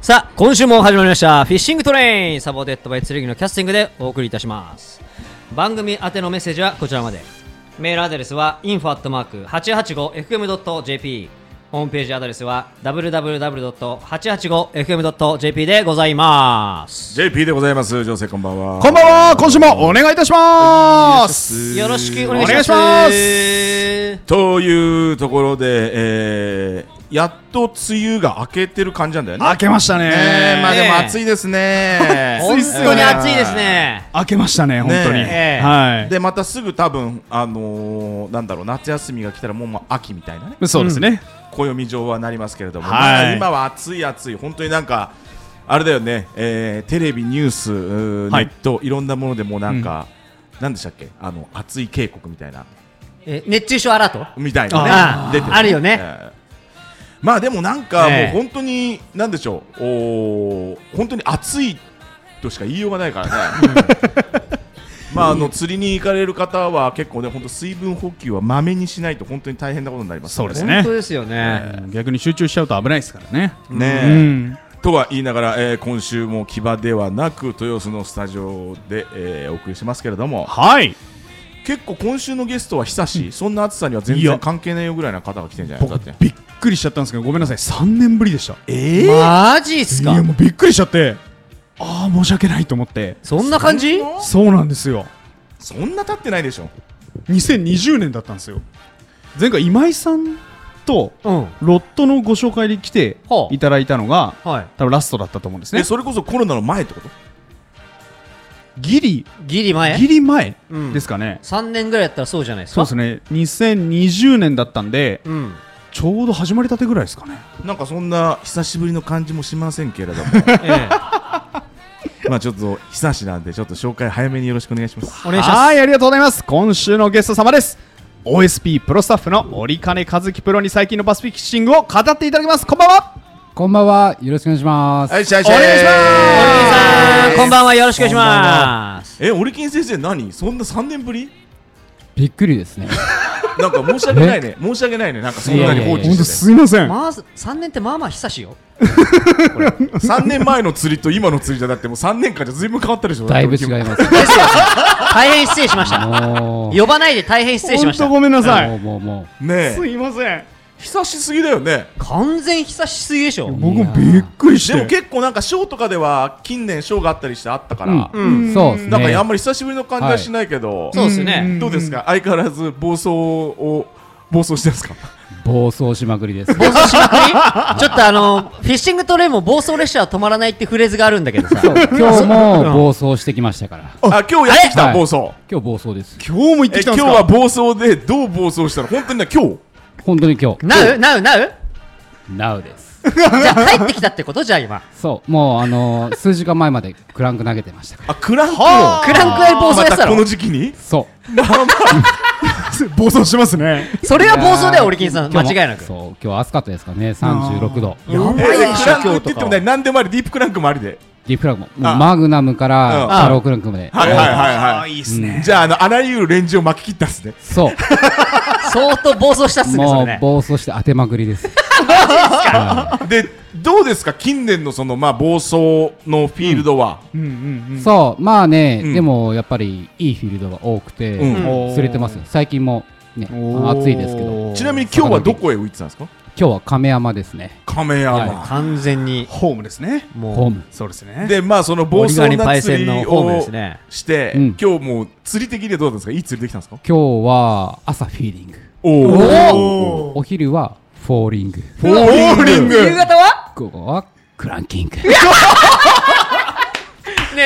さあ、今週も始まりました。フィッシングトレインサポーテッドバイ剣のキャスティングでお送りいたします。番組宛てのメッセージはこちらまで。メールアドレスは info.885fm.jp。ホームページアドレスは www.885fm.jp でございます。 JP でございます。女性こんばんは。こんばんは今週もお願いいたしますよろしくお願いします。お願いというところで、えー、やっと梅雨が明けてる感じなんだよね。明けましたねねえまあねえでも暑いですね。 本当に暑いですね。明けましたね本当に、ねえはいでまたすぐ多分あのー、なんだろう夏休みが来たらもうまあ秋みたいなねそうですね、暦上はなりますけれども、はいまあ今は暑い暑い本当になんかあれだよね、えー、テレビニュースうーはいネット、い、ろんなものでもうなんか、なんでしたっけあの暑い警告みたいなえ熱中症アラートみたいあなーね出てあるよねえーまあでもなんかもうええ本当になんでしょうおー本当に暑いとしか言いようがないからね。まああの釣りに行かれる方は結構ね本当水分補給はまめにしないと本当に大変なことになりますそうですね本当ですよね。逆に集中しちゃうと危ないですからねねうえんとは言いながら、えー今週も騎馬ではなく豊洲のスタジオで、えーお送りしてますけれどもはい結構今週のゲストは久し、そんな暑さには全いや然関係ないよぐらいな方が来てんじゃない僕かってびっくりしちゃったんですけどごめんなさい3年ぶりでしたえマジっすいかやもうびっくりしちゃってああ申し訳ないと思ってそんな感じそうなんですよそんな経ってないでしょ2020年だったんですよ前回今井さんとうん。ロットのご紹介で来てほういただいたのがはい。多分ラストだったと思うんですねえそれこそコロナの前ってことギリギリ前ギリ前うんですかね、 3年ぐらいやったらそうじゃないですそうか。ですね2020年だったんでうん。ちょうど始まりたてぐらいですかねなんかそんな久しぶりの感じもしませんけ れどもええまあちょっと久しなんでちょっと紹介早めによろしくお願いしますお願いしますはいありがとうございます今週のゲスト様です OSP プロスタッフの折金和樹プロに最近のバスフィッシングを語っていただきますこんばんはこんばんは、よろしくお願いします。いしゃいしゃいお願いしまさんこんばんはよろしくお願いします。えオリキン先生何そんな3年ぶりびっくりですね。なんか申し訳ないね申し訳ないねなんかそんなに放置いやいやいや本当してすいませんまあ3年ってまあまあ久しいよ。て3年前の釣りと今の釣りじゃだってもう3年間じゃずいぶん変わったでしょだいぶ違いでます。すよね。大変失礼しま した。も呼ばないで大変失礼しま本した当。ごめんなう、さもう、いもう、もねすえいません久しすぎだよね完全久しすぎでしょ。僕もびっくりしでもて結構なんかショーとかでは近年ショーがあったりしてあったからう。うん、そうですね。なんかあんまり久しぶりの感じはしないけどそうですよね。どうですか相変わらず暴走を暴走してますか暴走しまくりです。暴走しまくりちょっとあの、フィッシングトレインも暴走列車は止まらないってフレーズがあるんだけどさ。 今日も暴走してきましたから。あ今日やってきはたい暴走今日暴走です。今日も行ってえきた今ん日ですはか暴走でどう暴走したの本当にね今日本当に今日、なうなうなう NOW です。じゃあ帰ってきたってことじゃあ今。そう、もう、あのー、数時間前までクランク投げてましたから。あクランクをクランクアイ暴走やまってたたころの。時期にそう。まあま暴走してますねそれは暴走だよ、オリキンさん。間今日も違いなく。そう、今日暑かったですからね、36度。やばあえいでクしょランクって言ってもね何でもありディープクランクもありでディフラグも、もうあマグナムからうんハロークランクまで。はいはいあはあいいいっすはいねじゃああのあらゆるレンジを巻き切ったっすねそう。相当暴走したっすね、そもれうね。暴走して当てまく りです。はでどうですか近年のそのまあ暴走のフィールドはうんうんいそう、まあね、うんでもやっぱりいいフィールドが多くて、うんうん釣れてますよ最近もねおー暑いですけどちなみに今日はどこへ浮いてたんですか今日は亀山ですね亀山完全に、ホームですねホーもムそうですねでまあそのう、暴走パなイセ釣ンりのホームでをすね。してうん今日もう釣り的にはどうだったんですかいい釣りできたんですか今日は朝フィーリングおおお昼はフォーリングフォーリング夕方は午後はクランキングね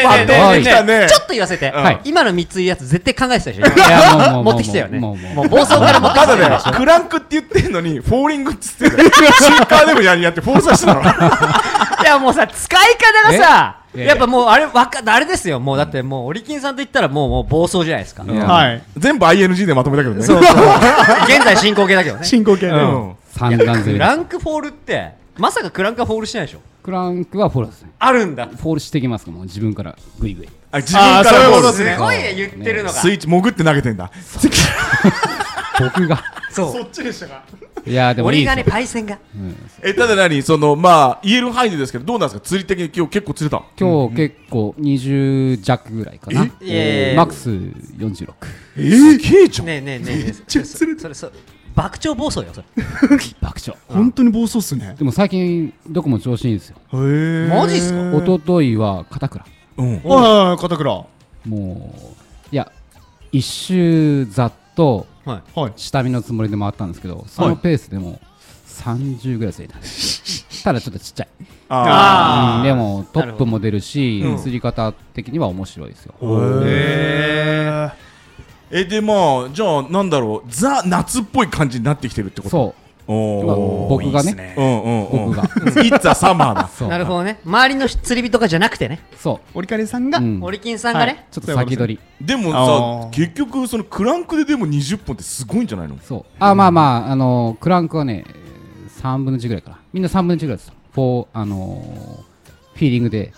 あえねえねえ出てねきたえねちょっと言わせてうんはい。今の三つやつ絶対考えてたでしょ今いやもうもうもう持ってきたよね。ももううもう暴走から持ってたきただよね。ね、クランクって言ってんのに、フォーリングって言ってたよ。シッカーでもやりやって、フォーサしてたの。いやもうさ、使い方がさ、えいやいややっぱもうあれ、わか、あれですよ。もうだってもう、オリキンさんと言ったらもう、もう暴走じゃないですか。いやはい全部 ING でまとめたけどね。そうそう。現在進行形だけどね。進行形でうん三段ク釣りでラすンクフォールって、まさかクランクはフォールしてないでしょクランクはフォローですねあるんだ。フォールしてきますからもう自分からグイグイあ自分からボールあそういうことですすねごいね、言ってるのが。スイッチ潜って投げてんだ。ボ 僕が。そうっちでしたかいや、でもい俺いがですねよ。パイセンがえただ何そのまあ言える範囲でですけどどうなんですか釣り的に今日結構釣れた今日結構20弱ぐらいかな。いやいやマックス46。えー、すげえじゃん、ねえねえねえねえちゃ釣れそれそれ爆鳥暴走よそれ爆笑。本当に暴走っすね。でも最近、どこも調子いいんですよ。へえマジっすか一昨日は片倉。うん、はいはいはい、片倉。はもう、いや、一周ざっとはいい。下見のつもりで回ったんですけど、そのペースでも30ぐらい 釣れた。ただちょっとちっちゃい。ああーうんでもトップも出るし、なるほどうん釣り方的には面白いですよ。ーへえ。えでまあじゃあなんだろうザ夏っぽい感じになってきてるってことそおー僕がいねいっすうんうんうん、僕がいつサマーだう、そう、なるほどね周りの釣り人とかじゃなくてねそオリカネさんが、う、うん、ちょオっリキンさんがね、はいと先取り、 であもさー結局そのクランクででも20本ってすごいんじゃないのそう、あ、まあまあ、あのクランクはね、3分の1ぐらいから、みんな3分の1ぐらいですよ、フォー、あのー、フィーリングで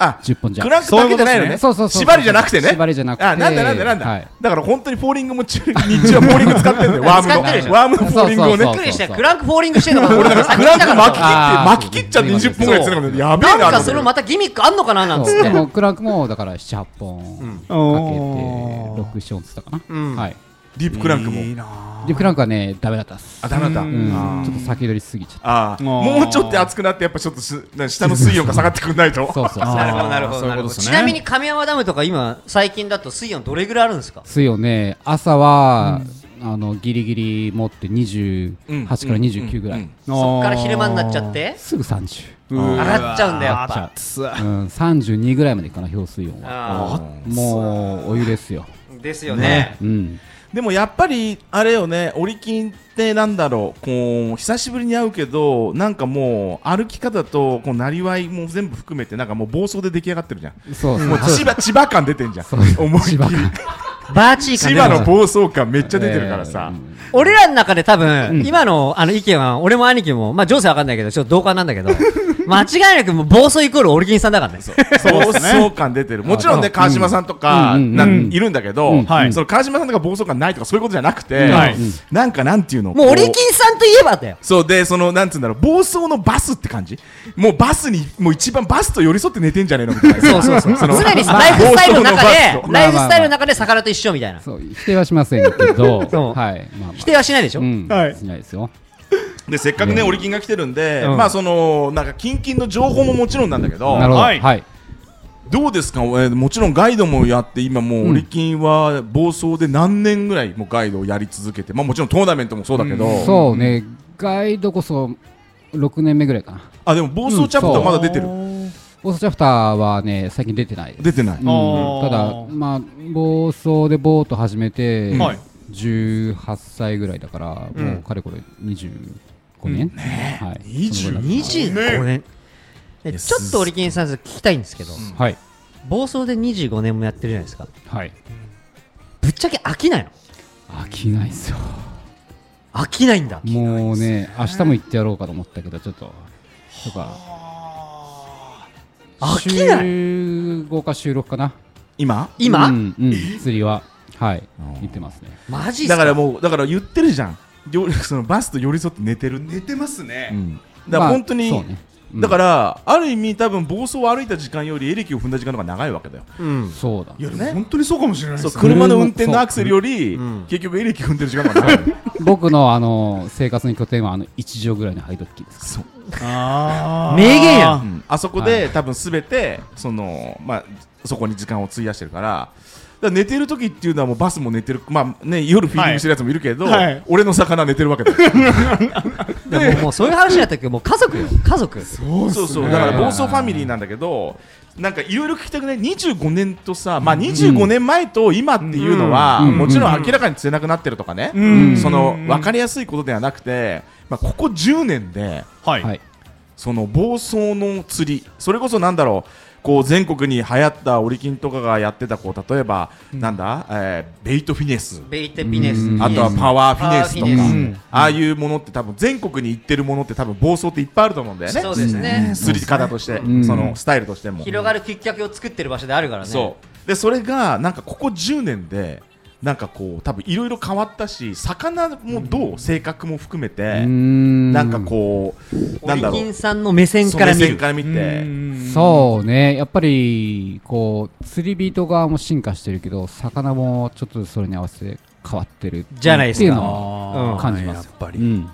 あ10本じゃクランクだけじゃないのねそうそうそうそう縛りじゃなくてね縛りじゃなくてあなんだなんだなんだ、はいだから本当にフォーリングも中日中はフォーリング使ってんだよワーム使ってるじゃのんワームのフォーリングをねびっくりしたよそうそうそうクランクフォーリングしてんのかと思っ俺たなんかクランクあー巻き切って巻き切っちゃって20本ぐらいつながるんだよやべえなんなかそれまたギミックあんのかななんつそうってでもクランクもだから7、8本あーかけて、6、4つったかな、うんはい、ディープクランクも、いいなで、クランクはね、だめだったっす、あダメだった、うん、あちょっとー先取りしすぎちゃっあーーもうちょっと熱くなってやっぱちょっとすな下の水温が下がってくんないとた、そうそうそうあーなるほどなるほそどういなるうほどことですねちなみに神山ダムとか今最近だと水温どれぐらいあるんですか水温ね朝は、あのギリギリ持って28から29ぐらい、うんそっから昼間になっちゃってすぐ30、上上がっちゃうんだよやっぱうん、32ぐらいまでいくかな氷水温はあもうお湯ですよ、ーですよねうん、でもやっぱりあれよねオリキンってなんだろうこう久しぶりに会うけどなんかもう歩き方とこうなりわいも全部含めてなんかもう暴走で出来上がってるじゃんそうそうもう千 葉千葉感出てんじゃん思いっきり千葉感バーチー千感葉のでも暴走感めっちゃ出てるからさ、俺らの中で多分今のあの意見は俺も兄貴もまあ情勢わかんないけどちょっと同感なんだけど間違いなくもう暴走イコールオリキンさんだからね暴走感出てるもちろんねうん川島さんとかうんなんうんいるんだけど、うんはいその川島さんとか暴走感ないとかそういうことじゃなくて、はいなんかなんていうのもうオリこキンさんといえばだよそうでそのなんつうんだろう暴走のバスって感じもうバスにもう一番バスと寄り添って寝てんじゃねえのみたいな そうそうそう常のにライフスタイルの中暴走のバスでとライフスタイルの中で魚と一緒みたいなそう否定はしませんけどそうはいまあまあ否定はしないでしょうんはいしないですよでせっかくねオリキンが来てるんで、うんまあそのなんか近々の情報ももちろんなんだけどなるほどははいい、どうですか、えーもちろんガイドもやって今もうオリキンは暴走で何年ぐらいもうガイドをやり続けて、まあもちろんトーナメントもそうだけど、そうねガイドこそ6年目ぐらいかなあでも暴走チャプターまだ出てる、オースチャプターはね最近出てないです出てない、あたーだまあ暴走でボート始めて、はい18歳ぐらいだから、うんもうかれこれ25年、はい、 20年25年えいやちょっとオリキンさん聞きたいんですけどはい暴走で25年もやってるじゃないですかはいぶっちゃけ飽きないの飽きないっすよ飽きないんだもうね明日も行ってやろうかと思ったけどちょっととか飽きない週5か収録かな今今うんうん、釣りははいうん行ってますねマジっすだからもうだから言ってるじゃんよ そのバスと寄り添って寝てるって、寝てますね。うんだから本当に、まあそうねうんだからある意味多分暴走を歩いた時間よりエレキを踏んだ時間の方が長いわけだようんそうだいや、でも本当にそうかもしれないそでうす。車の運転のアクセルより、うん結局エレキ踏んでる時間の方が長い僕のあの生活の拠点はあの1畳ぐらいのハイドッキーですそうあー名言やうんんあそこで、多分すべてその、まあ、そこに時間を費やしてるからだから寝てる時っていうのはもうバスも寝てる、まあね、夜フィーリングしてるやつもいるけど、はいはい俺の魚寝てるわけだよでももうそういう話になったけどもう家族よ家族そうそうだから暴走ファミリーなんだけどなんかいろいろ聞きたくない25年とさ、まあ、25年前と今っていうのは、うんもちろん明らかに釣れなくなってるとかね、うんその分かりやすいことではなくて、まあ、ここ10年ではい。はいその暴走の釣りそれこそなんだろうこう全国に流行ったオリキンとかがやってたこう例えば、なんだ、えーベイトフィネスベイテピネスうんあとはパワーフィネスとか、パワーフィネスうんああいうものって多分全国に行ってるものって多分暴走っていっぱいあると思うんだよねそうですね釣り方として、んそのスタイルとしても、広がるきっかけを作ってる場所であるからねそうでそれがなんかここ10年でなんかこう多分いろいろ変わったし魚もどう性格も含めて、ななんかこうなんだオリろキンうさんの目線そうから見目線るから見てそうね、やっぱりこう釣り人側も進化してるけど、魚もちょっとそれに合わせて変わってるじゃないですかっていうのうをん感じます。やっぱり、うん、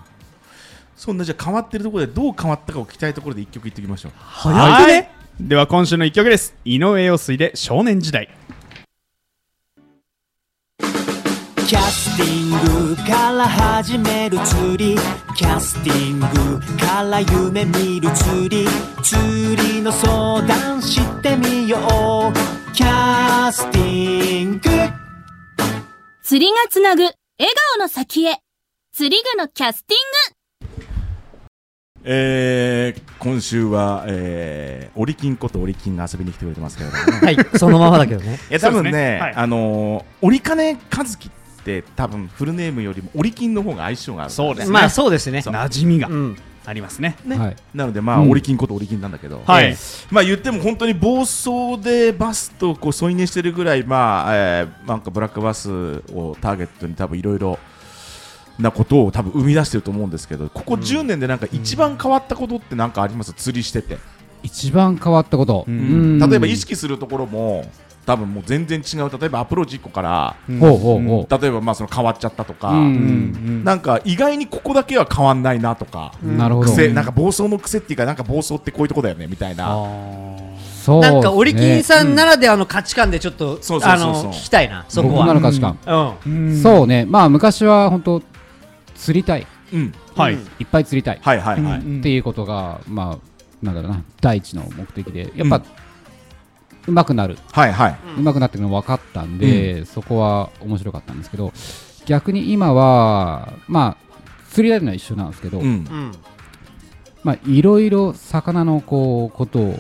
そんなじゃあ変わってるところでどう変わったかを聞きたいところで一曲言っておきましょう早くねはいでは今週の一曲です井上陽水で少年時代キャスティングから始める釣りキャスティングから夢見る釣り釣りの相談してみようキャスティング釣りがつなぐ笑顔の先へ釣り具のキャスティングえー、今週は、えー、オリキンことオリキンが遊びに来てくれてますけれどもねはい、そのままだけどね。いや多分そうでねすねはいあのー、オリカネ和樹って多分フルネームよりもオリキンの方が相性があるそうですね、まあそうですね。馴染みがうん。ありますね、ねはいなのでまあ、うんオリキンことオリキンなんだけど、はいえーまあ言っても本当に暴走でバスとこう添い寝してるぐらいまあ、えーなんかブラックバスをターゲットに多分いろいろなことを多分生み出してると思うんですけどここ10年でなんか一番変わったことってなんかあります、釣りしてて、一番変わったこと、うん例えば意識するところも多分もう全然違う例えばアプローチ1個からほうほうほ例えばまあその変わっちゃったとか、う、うんなんか意外にここだけは変わんないなとか、なるほど、癖なんか暴走の癖っていうかなんか暴走ってこういうとこだよねみたいな。そうなんか、オリキンんさんならではの価値観でちょっとそうそうそう、そあうの、聞きたいな、そこ僕なは。のかしか、うそうね、まあ昔は本当釣りたい、うん、はい、いっぱい釣りたい、はいはいはい。っていうことが、まあなんだろうな第一の目的でやっぱ、うまくなるはいはい。うまくなってるの分かったんで、そこは面白かったんですけど逆に今はまあ釣り合いのは一緒なんですけど、うん。ん。うん。まあいろいろ魚のこうことを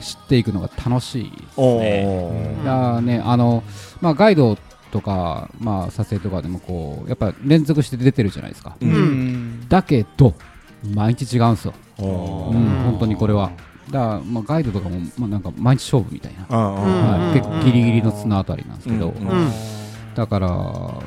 知っていくのが楽しいですおね。ーだからねあのまあガイドとかまあ撮影とかでもこうやっぱ連続して出てるじゃないですか。うんだけど毎日違うんですよ。おうん、ー本当にこれは。だからまあガイドとかもまあなんか毎日勝負みたいな。うんうんはい、結構ギリギリの綱あたりなんですけど、うんうん。だから、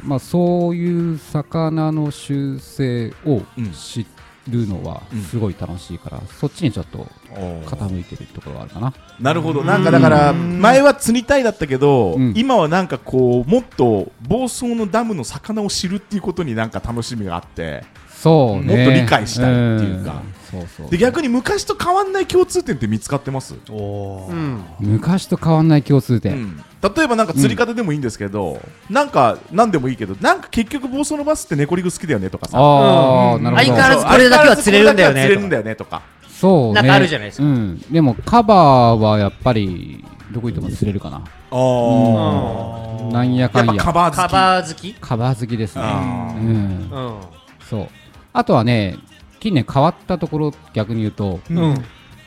まあ、そういう魚の習性をうん知るのはうんすごい楽しいから、そっちにちょっとおー傾いてるところはあるかな。なるほど。なんかだから、前は釣りたいだったけどうん、今はなんかこう、もっと暴走のダムの魚を知るっていうことになんか楽しみがあって、そうねもっと理解したいっていうかんそうそうで、逆に昔と変わんない共通点って見つかってますおうーん。昔と変わんない共通う点、ん例えばなんか釣り方でもいいんですけど、なんか何でもいいけどなんか結局暴走のバスって猫リグ好きだよねとかさああ、なるほ相ど変わらずこれだけは釣れるんだよねそう相変わらずこれだけは釣れるんだよねとかそうねなんかあるじゃないですかうん、でもカバーはやっぱりどこ行っても釣れるかな、なんややかっんぱやカバー好きカバー好きカバー好きですね、あうーん、うん。そうあとはね近年変わったところ逆に言うとうん。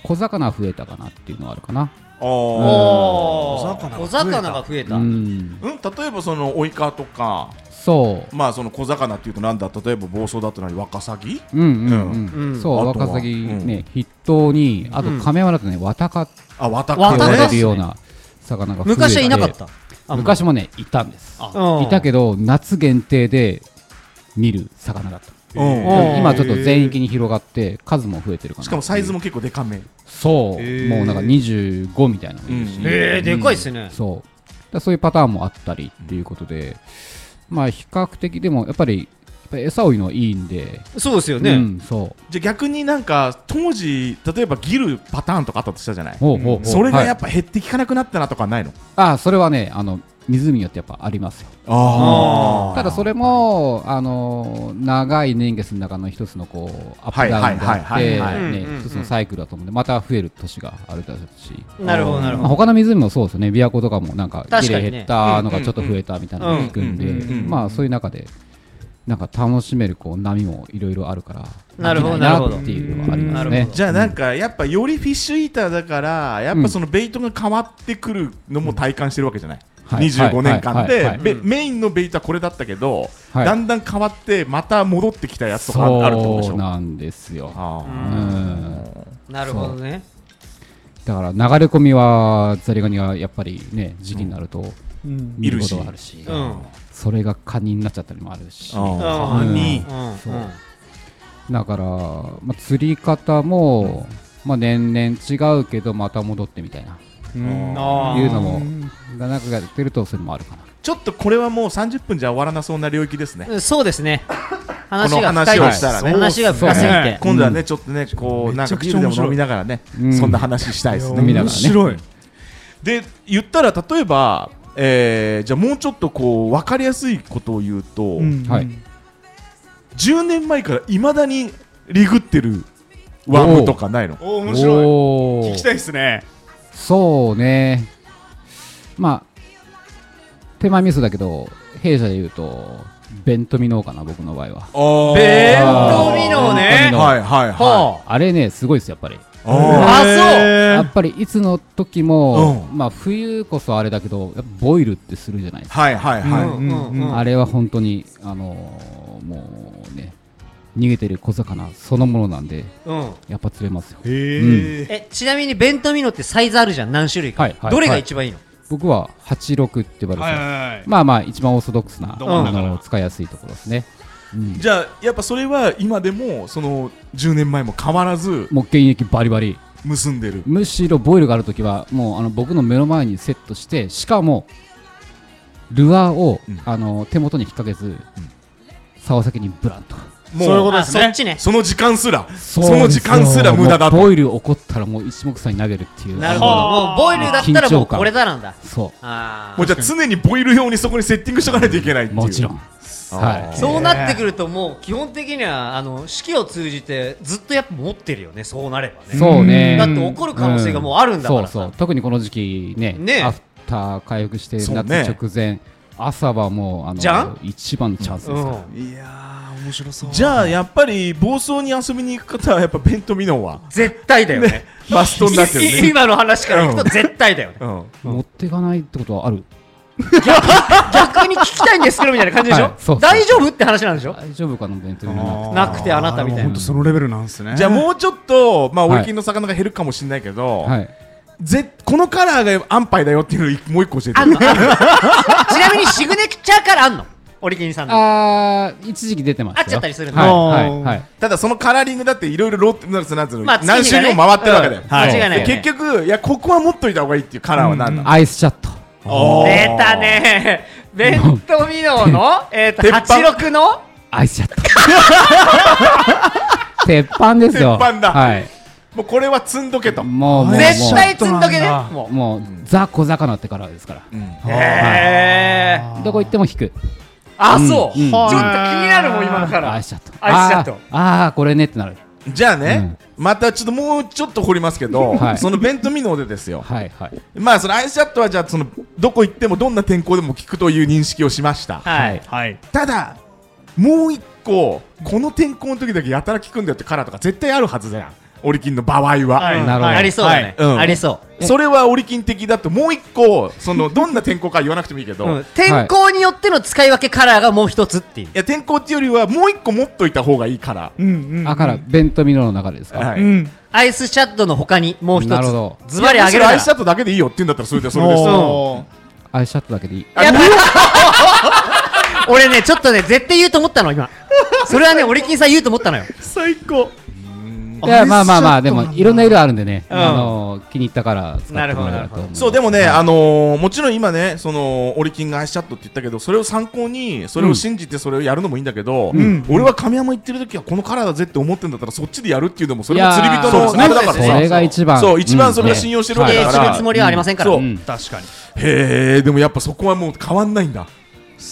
小魚増えたかなっていうのはあるかなおー。お小魚が増えたう。うんん、例えばそのオイカとか、そまあ、その小魚っていうとなんだ例えば暴走だったりワカサギううんうんうん、うんそうあとは若崎ね、筆頭にあと亀原とねワタカってあワタワカ言わタカれるような魚が増えて昔はいなかった。あんま昔もねいたんですうんいたけど夏限定で見る魚だったうん今ちょっと全域に広がって数も増えてるかなしかもサイズも結構デカめそう、へーもうなんか25みたいなのもいるし、うんえー、でかいっすね。そうだそういうパターンもあったりっていうことで、まあ比較的でもやっぱりやっぱり餌をいうのはいいんで、そうですようね。ん、そうじゃあ逆になんか当時例えばギルパターンとかあったとしたじゃないほうほうほうそれがやはいっぱ減ってきかなくなったなとかないのああそれはねあの湖によってやっぱありますよあただそれもあの長い年月の中の一つのこうアッはプいダウンがあっはいてはいはいねうんうんうん一つのサイクルだと思うんでまた増える年があるだろうし、なるほど、なるまあ、ほど。他の湖もそうですよね琵琶湖とかもなんか確綺かにね麗減ったのがちょっと増えたみたいなのを聞くんうんうんうんうんうんうでんまあそういう中でなんか楽しめるこう波もいろいろあるからなるほど飽きないるほどっていうのはありますねうんじゃあなんかやっぱよりフィッシュイーターだからやっぱそのベイトが変わってくるのも体感してるわけじゃない、はい25年間はいはでいベメインのベイトはこれだったけど、はいだんだん変わってまた戻ってきたやつとかあるってことでしそうょなんですよあうんなるほどね。だから流れ込みはザリガニがやっぱりね時期になるとうん見ることがあるし、うんそれがカニになっちゃったりもあるし、あーうんにうんうんだから、まあ、釣り方も、まあ、年々違うけどまた戻ってみたいなあーいうのもがなんかやってるとそれもあるかなちょっとこれはもう30分じゃ終わらなそうな領域ですねうんそうですね話このが深話いをでしすたらね話が深すぎそうてね今度はね、ちょっとねこうめなんちゃかくビちールゃで面も白い飲みながらね、うんそんな話したいですね飲みながらね面白いで言ったら例えば、えーじゃあもうちょっとこう分かりやすいことを言うと、はい10年前からいまだにリグってるワームとかないのおお面白いお聞ーきたいですねそうねまあ手前ミスだけど弊社で言うとベントミノーかな僕の場合はベンミトノねはいはいはあれねすごいですやっぱりいああやへっぱりいつの時も、うまあ冬こそあれだけどやっぱボイルってするじゃないですーか、はいはいはい、うんうんうんあれは本当にあのーもうね逃げてる小魚そのものなんでうんやっぱ釣れますよええちなみにベントミノってサイズあるじゃん何種類か、はいはいどれが一番いいの、僕は86って呼ばはいれてます、はいはいまあまあ一番オーソドックスな、ど真んあ中だの使いやすいところですね、うんじゃあやっぱそれは今でもその10年前も変わらずもう現役バリバリ結んでるむしろボイルがあるときはもうあの僕の目の前にセットしてしかもルアーを、うんあの手元に引っ掛けず、竿先にブランともうそういうことあですそっねちねその時間すらその時間すら無駄だとボイル起こったらもう一目散に投げるっていうなるほどあのもうボイルだったらもうこれだなんだそあーもうじゃあ常にボイル用にそこにセッティングしとかないといけないっうていうもちろんあーはいそうなってくるともう基本的にはあの式を通じてずっとやっぱ持ってるよねそうなればねそうねだって怒る可能性がもうあるんだからうそうそう特にこの時期ねねアフター回復してそう夏ね直前、朝はもうあじゃんの一番のチャンスですから、うんいやー面白そうじゃあやっぱり暴走に遊びに行く方はやっぱベントミノ ンは絶対だよねマストになってるいね、今の話からいくと絶対だよね、うん、持っていかないってことはある逆に聞きたいんですけどみたいな感じでしょ、はいそうそう大丈夫って話なんでしょ大丈夫かな弁当になくなくてあなたみたいな本当そのレベルなんですねじゃあもうちょっとまあオはいリキンの魚が減るかもしれないけど、てはいぜこのカラーが安牌だよっていうのをもう一個教えてあんの あんのちなみにシグネクチャーからあんのオリキンさんのあー一時期出てましたよあっちゃったりするのはいはいはいただそのカラーリングだっていろいろローテなんつうのなんつうのまあ何種類も月に回はっねてるわけだよ、うん間違いないよね結局いやここは持っといた方がいいっていうカラーは何なの、アイスチャットおー出たねベントミノーのえっと鉄板86のアイス チャット鉄板ですよ鉄板だはいもうこれは積んどけと、もうもう絶対積んどけねあもうもうもうザ小魚ってからですからへーどこ行っても引くあそう、うんちょっと気になるもん今からアイスチャットアイスチャットあーあーこれねってなるじゃあね、またちょっともうちょっと掘りますけど、はいそのベントミノーでですよはいはいまあそのアイスシャットはじゃあそのどこ行ってもどんな天候でも効くという認識をしましたはいはいただもう一個この天候の時だけやたら効くんだよってカラーとか絶対あるはずじゃんオリキンの場合は、はいなるほどありそうだね、はいうんありそそれはオリキン的だともう一個そのどんな天候か言わなくてもいいけう、ど、ういん、天候によっての使い分けカラーがもう一つっていうや天候っていうよりはもう一個持っといた方がいいから、うんうんあからベントミノの流れですかはういんアイスシャットの他にもう一つなるほどズバリあげるいやむしろなアらイスシャットだけでいいよって言うんだったらそれでそれですおーアイスチャットだけでいいやばい 俺ねちょっとね絶対言うと思ったの今それはねオリキンさん言うと思ったのよ最高いやまあまあまあでもいろんな色あるんでねうんあの気に入ったから使ってもらえればと思いますそうでもね、あのーもちろん今ねそのオリキンがアイスシャットって言ったけどそれを参考にそれを信じてそれをやるのもいいんだけど、ん俺は神山行ってる時はこのカラーだぜって思ってんだったらそっちでやるっていうのもそれもいやー釣り人のそうあれだかそらうさですそれが一番そう一番それが信用してるわ否け定だすかるら、つもりはありませんから、そううん確かにへえでもやっぱそこはもう変わんないんだ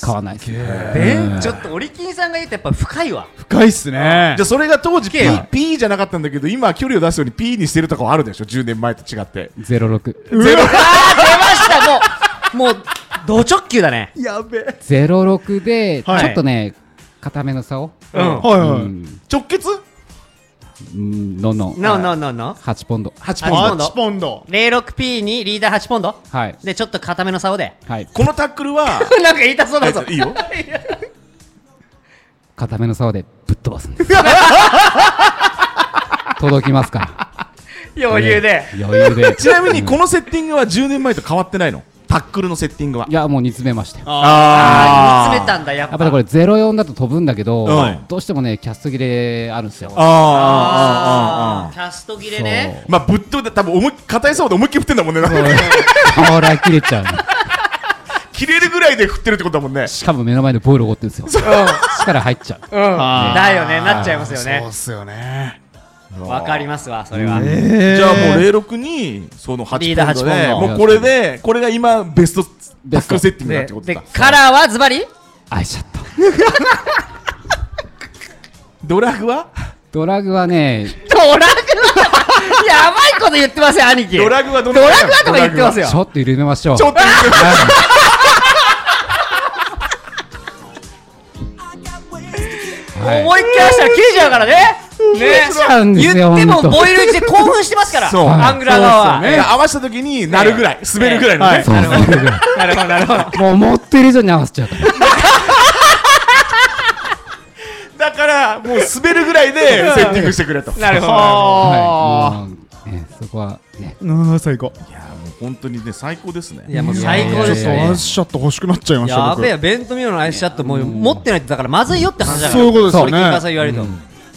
買わないですねえーちょっとオリキンさんが言うとやっぱ深いわ深いっすねじゃあそれが当時 P, はい P じゃなかったんだけど今は距離を出すように P にしてるとかはあるでしょ10年前と違って06ゼロあー出ましたもうもうド直球だねやべえ06でちょはいっとね固めの竿うんはいうはいん直結うんのんのん No no no no 8ポンド8あポポンドンド8ポンド 06P にリーダー8ポンドはいでちょっと固めの竿で はいこのタックルはなんか言いたそうだぞいいよ 固めの竿でぶっ飛ばすんです届きますから余裕で。余裕で ちなみにこのセッティングは10年前と変わってないのタックルのセッティングはいやもう煮詰めましたよあーあー煮詰めたんだ、やっぱ。やっぱりこれ04だと飛ぶんだけど、うんどうしてもねキャスト切れ あるんですよああああああーキャスト切れね。まあぶっ飛んで多分思い硬いそうで思いっきり振ってんだもんねなんかほら切れちゃうの切れるぐらいで振ってるってことだもんねしかも目の前でボールおごってるんですよ力入っちゃううん。だよね、なっちゃいますよそうねっ。すよね。わかりますわ、それは。じゃあもう06にその8リーダーポンドで8ポンドもうこれでこれが今ベストタベッスクトルセッティングだっでてことでだカラーはズバリ愛しちゃったドラグはドラグはねド ラグやばいこと言ってますよ、兄貴。ドラグはどドラグはとか言ってますちよ。ょっと緩めましょうちょっとはい思いっきり出したら切れちゃうからね。ね切れちゃうんですよ言ってもほんとボイルして興奮してますから、そうアングラー側は。ね合わせた時になるぐらい滑るぐらいのねそうなるほそれぐらいなるほど、なるほど。もう思ってる以上に合わせちゃうからだからもう滑るぐらいでセッティングしてくれとなるほど。はいもうねそこはねうん、最高。いやもう本当にね最高ですねいや、もう最高ですちよょっとねアイス。シャット欲しくなっちゃいました。や僕べえ、ベントミオのアイスシャットもう持ってないとだからまずいよって話だから。そういうことですよねそれ金川さん言われると。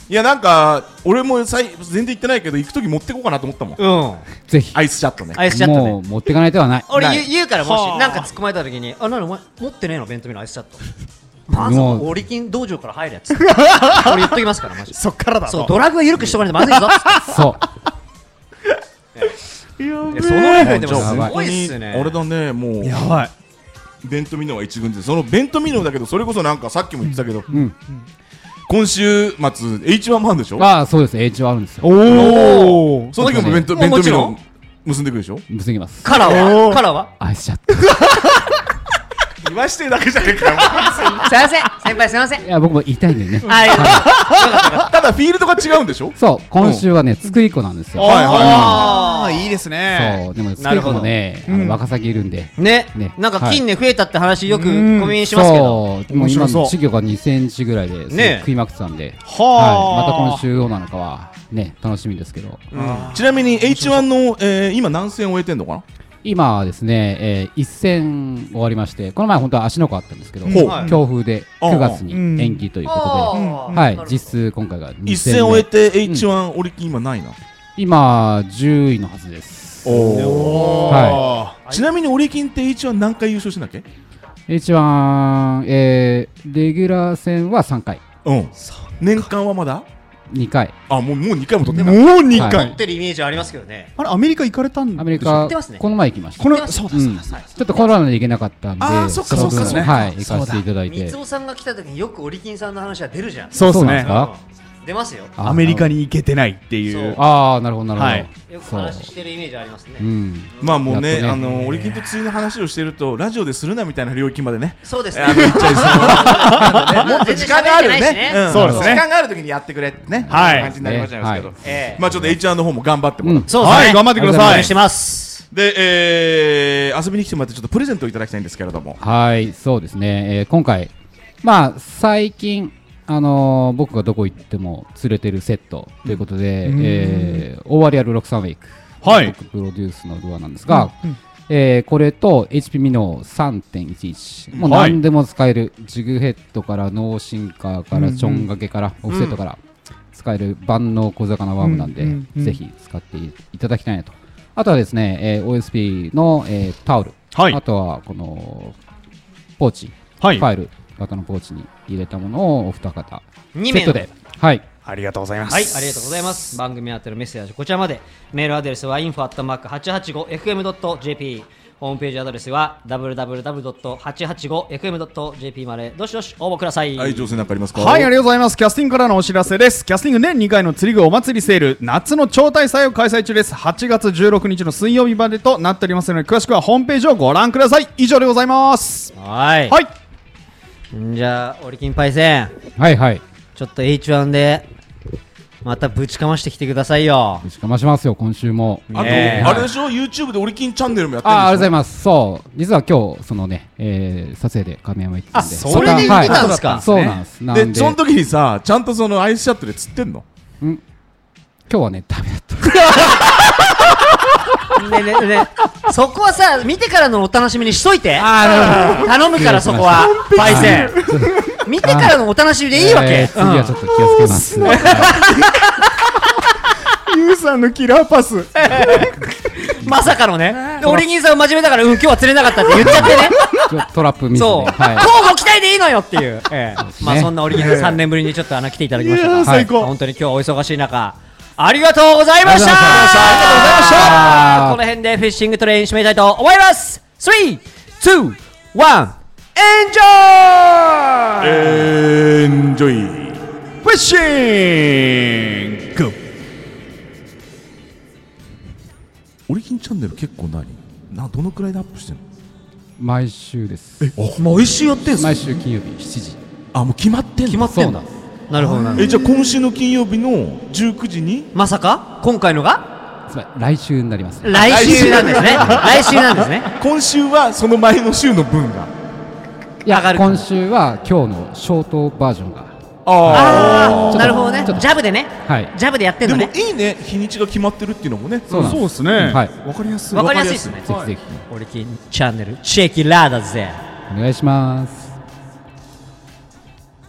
いやなんか俺もさい全然行ってないけど行く時持ってこうかなと思ったもんうん。ぜひアイスシャットねアイスシャットもねう。持ってかない手はない俺ない言う言うからもはしあなんか突っ込まれた時に「あなにお前持ってねえのベントミのアイスシャット」まずもうオリキン道場から入るやつ俺言っときますからマジでそっからだそうと。ドラッグは緩くしとかないとまずいぞそういやそのレベルでじもゃあす本ご当いにっすねあれだねもうやばい。ベントミノは一軍でそのベントミノだけどそれこそなんかさっきも言ってたけどん今週末 H1 もあるんでしょああそうです H はあるんですよおお。その時もベントもうベントもミちろんノ結んでくるでしょ結びますカラーおはーカラーは愛しちゃったい言わしてるだけじゃねえかよすいません先輩すいませんや僕も言いたいんだよねはいただフィールドが違うんでしょそう今週はね作り子なんですよはいはああ、いいですね。そうでもな作るりほ子どもねあの若先いるんでねねなんか金ね増えたって話よくコうんミュニしますけどそうもう面白今そうの稚魚が2センチぐらいですごいね食いまくってたんでははあいまた今週どうなのかはね楽しみですけどいちなみに H1 のえー今何戦終えてんのかな今はですね、えー一戦終わりまして、この前、本当は足の子あったんですけど、ほうはい強風でああ9月にうん延期ということあーで、はいなるほ、ど実質今回が2一戦戦目終えて H1 俺今ないな今、10位のはずです。おはちなみにオリキンって H1 何回優勝してんだっけ H1、えーレギュラー戦は3回、うん年間はまだ2回、あもうもう2回も取ってもないう二持回っ。てるイメージありますけどねあれ、アメリカ行かれたんアメリ行っカてますね、この前行きました。こ行っての、ますそうだうそうんだちそうだ。ょっとコロナで行けなかったんで、あーそっかの分そっかそっかはい、そう行だかせていただい三てつ。さんが来た時によくオリキンさんの話は出るじゃんそうですなんね。かうん出ますよあアメリカに行けてないっていうそ。ああ、なるほど、なるほど。はいよく話してるイメージありますねうん、まあもうねやっとねあのオリキンとついの話をしてるとラジオでするなみたいな領域までねそうですねあの行っちゃ いそうもっと時間がある全然喋ってないしねねんそうですね時間がある時にやってくれってねはい感じになりまちゃいますけどねええまあちょっと H1 の方も頑張ってもうらっんてそうですねはい、頑張ってくだおさ願いいし。ますでえー遊びに来てもらってちょっとプレゼントをいただきたいんですけれどもはい、そうですね、えー今回、まあ、最近、あのー僕がどこ行っても連れてるセットということで、えーオーワリアル63ウェイク、はい僕プロデュースのドアなんですが、えーこれと HP ミノ3.11、もうはい何でも使える、ジグヘッドからノーシンカーからちょんがけからオフセットから使える万能小魚ワームなんで、うんうんうんぜひ使っていただきたいなと。あとはですね、えー OSP の、えータオル、はいあとはこのポーチ、はいファイル型のポーチに入れたものをお二方2セ名ットで、はい、ありがとうございます。はい、ありがとうございます。番組宛てのメッセージはこちらまで。メールアドレスは info.885fm.jp。ホームページアドレスは www.885fm.jp までどしどし応募ください。はい情勢なんかありますかはい、ありがとうございます。キャスティングからのお知らせです。キャスティング年2回の釣り具お祭りセール、夏の超大祭を開催中です。8月16日の水曜日までとなっておりますので、詳しくはホームページをご覧ください。以上でございます。はいはい。じゃあ、オリキンパイセン、はいはい、ちょっと H1 で、またぶちかましてきてくださいよ。ぶちかましますよ、今週も。あと、ねえあれでしょ YouTube でオリキンチャンネルもやってるんでしょあありがとうございます、そう、実は今日そのね、えー、撮影で亀山行ってたんで、あそれで行ってたんですかはいそうなんです、なんで、でその時にさちゃんとそのアイスシャットで釣ってんの今日はね、ダメだった。ねねねそこはさ見てからのお楽しみにしといて頼むからそこはパイセン見てからのお楽しみで いいわけ、えー次はちょっと気をつけます。ユウさんのキラーパス。うんまさかのねでおりぎんさん真面目だからうん今日は釣れなかったって言っちゃってねちょトラップミスで。そう、はい。交互期待でいいのよって いう、ええですねまあそんなおりぎんさん3年ぶりにちょっとあの来ていただきましたがいやー最高はい本当に今日はお忙しい中ありがとうございましたありがとうございましたありがとうございましたこの辺でフィッシングトレイン締めたいと思います321エンジョイエンジョイフィッシングオリキンチャンネル結構何などのくらいでアップしてんの毎週です。毎週やってんす毎週金曜日7時。あもう決まってんの決まってんだなるほどなるほどえじゃあ今週の金曜日の19時にまさか今回のがつまり来週になりますね。来週なんですね来週なんですね今週はその前の週の分がい上がや、るから今週は今日のショートバージョンが。あちょっあとなるほどねちょっとジャブでねはい。ジャブでやってんでのもねいいね日にちが決まってるっていうのもねそうなんそうで。ですすね。はいわかりやすい。わかりやすいですねぜひぜひオリキンチャンネルチェキラーだぜお願いします。